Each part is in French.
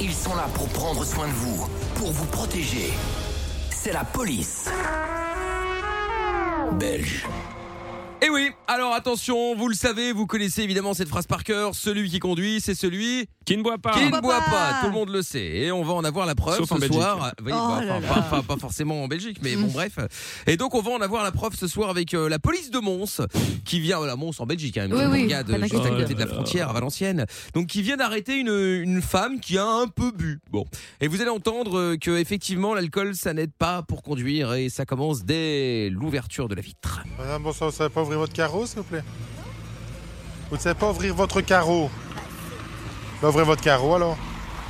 Ils sont là pour prendre soin de vous, pour vous protéger. C'est la police. Belge. Et Eh oui, alors attention, vous le savez, vous connaissez évidemment cette phrase par cœur, celui qui conduit, c'est celui Qui ne boit pas. Ah, qui Qui ne boit boit pas. pas. tout le monde le sait. Et on va en avoir la preuve Sauf ce en Belgique. soir. Oui, Oh bah, là enfin, là. Mm. pas, pas- pas forcément en Belgique, mais bon bref. Et donc on va en avoir la preuve ce soir avec euh, la police de Mons, qui vient, la Mons en Belgique, hein, une Oui, petite oui, bourgade, pas juste à d'inquiétude. côté de la Oh là là. frontière à Valenciennes, donc qui vient d'arrêter une, une femme qui a un peu bu. Bon, et vous allez entendre euh, que effectivement l'alcool ça n'aide pas pour conduire et ça commence dès l'ouverture de la vitre. Madame, bonsoir, Ah, vous savez pas ouvrir votre carreau, s'il vous plaît Vous ne savez pas ouvrir votre carreau Bah, ouvrez votre carreau alors.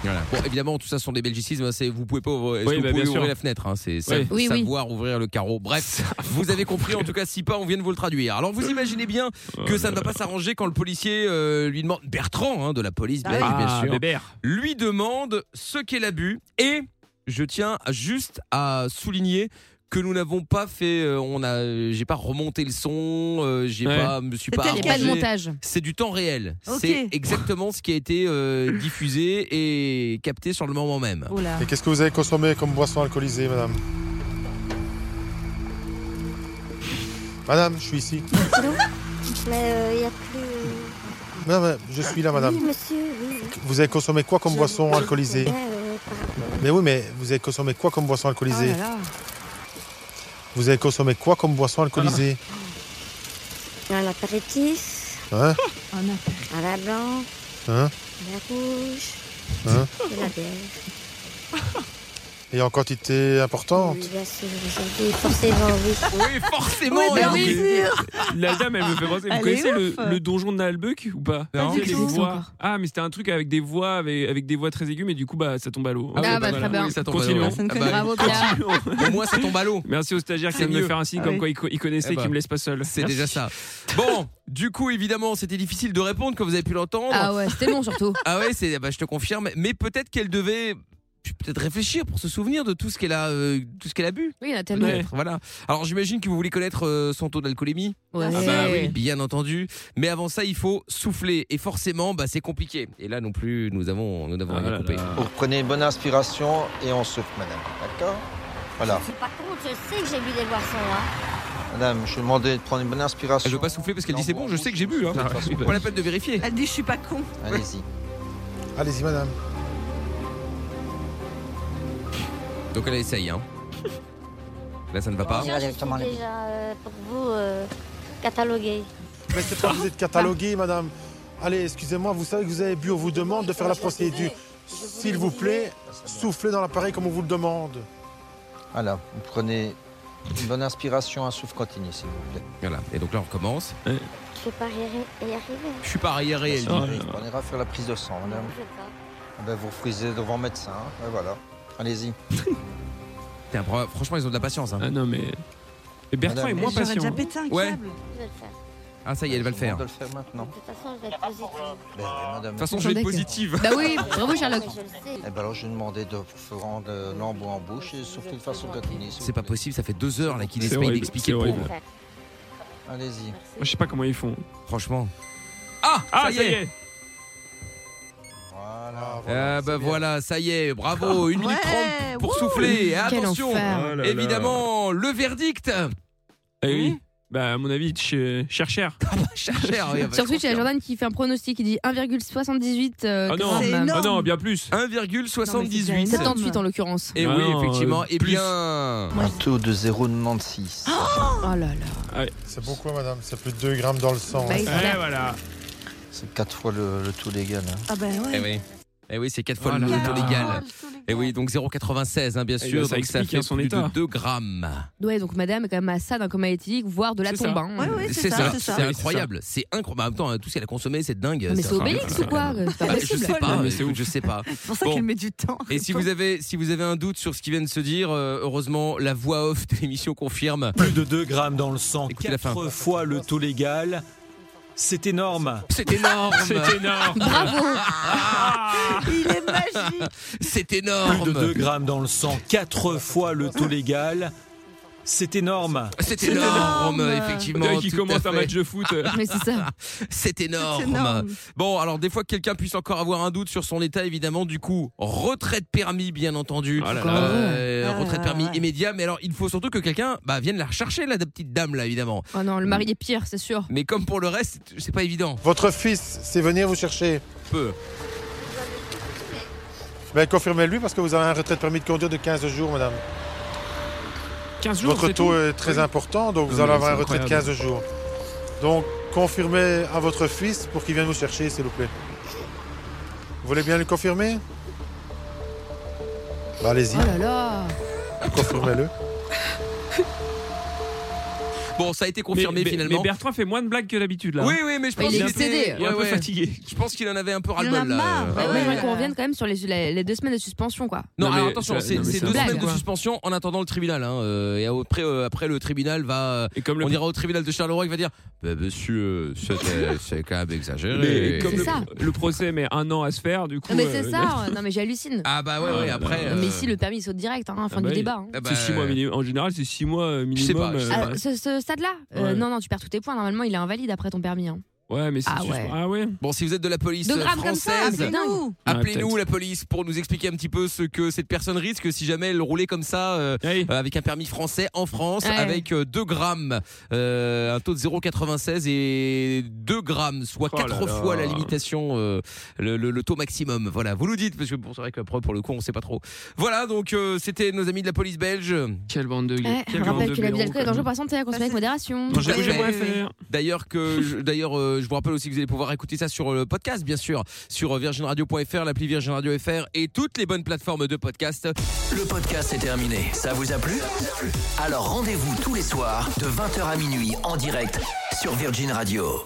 Bon, évidemment, tout ça sont des belgicismes. hein, c'est- Vous pouvez pas ouvrir, est-ce Oui, que vous bah, pouvez bien ouvrir sûr. la fenêtre. hein, c'est sa- Oui. Oui, oui. savoir ouvrir le carreau. Bref, vous avez compris. En tout cas, si pas, on vient de vous le traduire. Alors, vous imaginez bien que ça ne va pas s'arranger quand le policier euh, lui demande Bertrand hein, de la police belge, bien Ah, sûr, bébert. lui demande ce qu'est l'abus. Et je tiens juste à souligner que nous n'avons pas fait. euh, on a, j'ai pas remonté le son. euh, j'ai Ouais. pas, me suis pas. C'est-à-dire qu'il n'y a pas de arrangé. montage. C'est du temps réel. Ok. C'est exactement ce qui a été euh, diffusé et capté sur le moment même. Oh là. Et qu'est-ce que vous avez consommé comme boisson alcoolisée, madame Madame, je suis ici. Mais il n'y a plus. euh, Non, mais je suis là, madame. Oui, monsieur, oui. Vous avez consommé quoi comme Je- boisson je- alcoolisée Ouais, euh, pardon. Mais oui, mais vous avez consommé quoi comme boisson Oh alcoolisée là là. Vous avez consommé quoi comme boisson alcoolisée Un apéritif, Hein Un appel. à la blanc, Hein la rouge, Hein et la bière. Et en quantité importante Oui, bien sûr, aujourd'hui, forcément, oui. Oui, forcément. hein. Oui, bah Hervé. oui. La dame, elle me fait penser. Vous Elle est connaissez le, ouf. le donjon de Nalbuck ou pas Pas du Tu sais, les tout. voix. Encore. Ah, mais c'était un truc avec des voix, avec, avec des voix très aiguës, mais du coup, bah, ça tombe à l'eau. Ah, ouais, bah, voilà. très bien. Oui, ça tombe à Continuons. l'eau. Ça ne Ah connaît- bah, Bravo, Pierre. Continuons. Au moins, ça tombe à l'eau. Merci aux stagiaires qui C'est aiment me mieux. faire un signe Ah comme oui. quoi ils co- ils Eh connaissaient et bah, qu'ils me laissent pas seul. C'est Merci. déjà ça. Bon, du coup, évidemment, c'était difficile de répondre, comme vous avez pu l'entendre. Ah ouais, c'était long surtout. Ah ouais, c'est, bah, je te confirme. Mais peut-être qu'elle devait peut-être réfléchir pour se souvenir de tout ce qu'elle a, euh, tout ce qu'elle a bu. Oui, il y en a tellement. Ouais. Peut-être, Voilà. Alors, j'imagine que vous voulez connaître euh, son taux d'alcoolémie. Ouais. Ah bah oui. Bien entendu. Mais avant ça, il faut souffler. Et forcément, bah, c'est compliqué. Et là non plus, nous avons, nous n'avons Ah rien là coupé. là. Vous prenez une bonne inspiration et on souffle, madame. D'accord Voilà. Je suis pas contre, je sais que j'ai bu des boissons, hein. Madame, je vous demandais de prendre une bonne inspiration. Elle veut pas souffler parce qu'elle dit c'est bon, je sais que j'ai bu. Hein. De toute façon, Pas la peine de vérifier. Elle dit je suis pas con. Allez-y. Allez-y, madame. Donc elle essaye. Hein. Là, ça ne va pas. Ah. Déjà, je suis directement à la vie. déjà, euh, pour vous, euh, catalogué. Mais c'est pas que vous êtes catalogué, madame. Allez, excusez-moi, vous savez que vous avez bu, on vous demande de faire la procédure. S'il vous plaît, soufflez dans l'appareil comme on vous le demande. Voilà, vous prenez une bonne inspiration, un souffle continu, s'il vous plaît. Voilà. Et donc là, on recommence. Je peux pas y, arri- y arriver. Je suis pas arriéré. Elle dit. Ah, On ira faire la prise de sang, madame. Je peux pas. Ah ben, vous refrisez devant le médecin. hein. Et voilà. Allez-y. Putain, bra- franchement, ils ont de la patience. hein. Ah non, mais. mais Bertrand Madame. est moins J'aurais patient. déjà pété un Ouais. câble. Je vais le faire. Ah ça y est, elle va le Je vous faire. demande De de le faire maintenant. De toute façon, je vais être positive. Ben, oui, toute façon, je vais être positive. Attendez que- Bah oui, madame. Ah bravo Sherlock. Mais Je le sais. Eh ben alors, je vais demander de rendre euh, l'embout en bouche et souffler de façon continue. s'il vous C'est pas plaît. possible, ça fait deux heures là qu'il C'est essaye horrible, d'expliquer c'est pour. horrible. Faire. Allez-y. Moi, je sais pas comment ils font. Franchement. Ah, Ah, ça y est Voilà. Oh, Ah bah voilà, ça y est, bravo, 1 minute 30 pour souffler. Et Ah, Quel attention, enfer. Oh là là. évidemment, le verdict. Eh oui. Bah, à mon avis, cher cher. Chercheur, oui, Sur Twitch, il y a Jordan qui fait un pronostic. Il dit 1,78 euh, Ah non. grammes. C'est Ah énorme. non, bien plus. 1,78. Non, mais c'est déjà énorme. 78 en l'occurrence. Et Ah oui, non, effectivement. euh, Et plus. bien. Un taux de 0,96. Oh là là. C'est beaucoup, hein, madame. C'est plus de 2 grammes dans le sang. Bah, hein. il Eh se lève. voilà. C'est 4 fois le, le taux légal. hein. Ah bah Eh ouais. oui. Eh oui, c'est 4 fois Oh le là taux là. légal. Et Eh oui, donc 0,96, hein, bien Eh sûr. ben, ça donc ça explique, fait hein, son plus état. de 2 grammes. Ouais, donc madame est quand même à ça d'un coma éthylique, voire de la C'est ça. tombe. hein. Ouais, ouais, c'est ça, c'est ça. C'est incroyable. C'est incroyable. En même temps, hein, tout ce qu'elle a consommé, c'est dingue. Non, Mais c'est Ça- Obélix ou quoi C'est pas Ah, Je possible. sais pas, Mais euh, c'est écoute, ouf. je sais pas. C'est pour ça Bon. qu'elle met du temps. Et si vous avez, si vous avez un doute sur ce qui vient de se dire, euh, heureusement, la voix off de l'émission confirme. Plus de 2 grammes dans le sang, Écoutez la fin. quatre fois le taux légal. C'est énorme. C'est énorme. C'est énorme. Bravo Il est magique. C'est Plus de énorme. 2 grammes dans le sang, quatre fois le taux légal. C'est énorme. C'est C'est énorme, énorme. effectivement. Dès qu'il tout commence à un fait. match de foot. euh, Mais c'est ça. C'est énorme. C'est énorme. Bon, alors des fois que quelqu'un puisse encore avoir un doute sur son état, évidemment, du coup, retraite permis, bien entendu. Ah là là. Euh, Ah retraite là permis là, ouais. immédiat, mais alors il faut surtout que quelqu'un bah, vienne la rechercher, la petite dame, là, évidemment. Oh non, le mari est pire, c'est sûr. Mais comme pour le reste, c'est- c'est pas évident. Votre fils, c'est venir vous chercher. Peu. Ben, confirmez-lui parce que vous avez un retrait de permis de conduire de 15 jours, madame. 15 jours. Votre c'est taux tout. est très Oui. important, donc vous Non, allez mais avoir un c'est retrait de incroyable. 15 jours. Donc, confirmez à votre fils pour qu'il vienne vous chercher, s'il vous plaît. Vous voulez bien le confirmer Bah, Allez-y, Oh là là. confirmez-le. Bon, ça a été Mais- confirmé mais- finalement. Mais Bertrand fait moins de blagues que d'habitude là. hein. oui, oui, mais je Mais Bah, pense il est qu'il excédé. était- Il est un ouais, peu ouais. fatigué. Je pense qu'il en avait un peu ras Il le en a bol là. marre. Euh, Ah Moi, ouais. je voudrais qu'on revienne quand même sur les, les- les deux semaines de suspension, quoi. Non, Non, alors mais attention, ça- c'est non, mais c'est c'est deux blague, semaines de quoi. suspension en attendant le tribunal. hein, euh, et après, euh, après, le tribunal va. Et comme le On ira au tribunal de Charleroi qui va dire Bah, Monsieur, c'était- c'est quand même Mais exagéré. comme C'est le, ça. le procès met un an à se faire, du coup. Non, mais euh, c'est ça. Non, mais j'hallucine. Ah, bah ouais, Ah, ouais, bah, après. bah, Mais euh, ici, le permis, il saute direct, hein, fin Ah bah du oui. débat. hein. ah, bah, C'est 6 mois minimum. En général, c'est 6 mois euh, Je sais pas, minimum. je sais euh, pas. Ah, ce, ce stade-là Euh, Ouais. Non, non, tu perds tous tes points. Normalement, il est invalide après ton permis. hein. Ouais, mais c'est Ah suspens- ouais. Ah ouais. Bon, si vous êtes de la police De grave comme ça, française, c'est Appelez-nous. appelez-nous Ouais, la police pour nous expliquer un petit peu ce que cette personne risque si jamais elle roulait comme ça. euh, Allez. euh, avec un permis français en France, Ouais. avec euh, 2 grammes, euh, un taux de 0,96 et 2 grammes, soit Oh 4 là là. fois la limitation, euh, le, le- le taux maximum. Voilà, vous nous dites, parce que bon, c'est vrai qu'après, pour le coup, on sait pas trop. Voilà, donc euh, c'était nos amis de la police belge. Quelle bande de Ouais, quelle je bande rappelle de que l'abus blaireaux, d'alcool est quand dangereux même. pour la santé à consommer avec modération. Moi, j'avoue, Oui, oui, j'aimerais faire. D'ailleurs, que je, d'ailleurs, euh, je vous rappelle aussi que vous allez pouvoir écouter ça sur le podcast, bien sûr, sur euh, virginradio.fr, l'appli Virgin Radio FR et toutes les bonnes plateformes de podcast. Le podcast est terminé. Ça vous a plu Alors rendez-vous tous les soirs de 20h à minuit en direct sur Virgin Radio.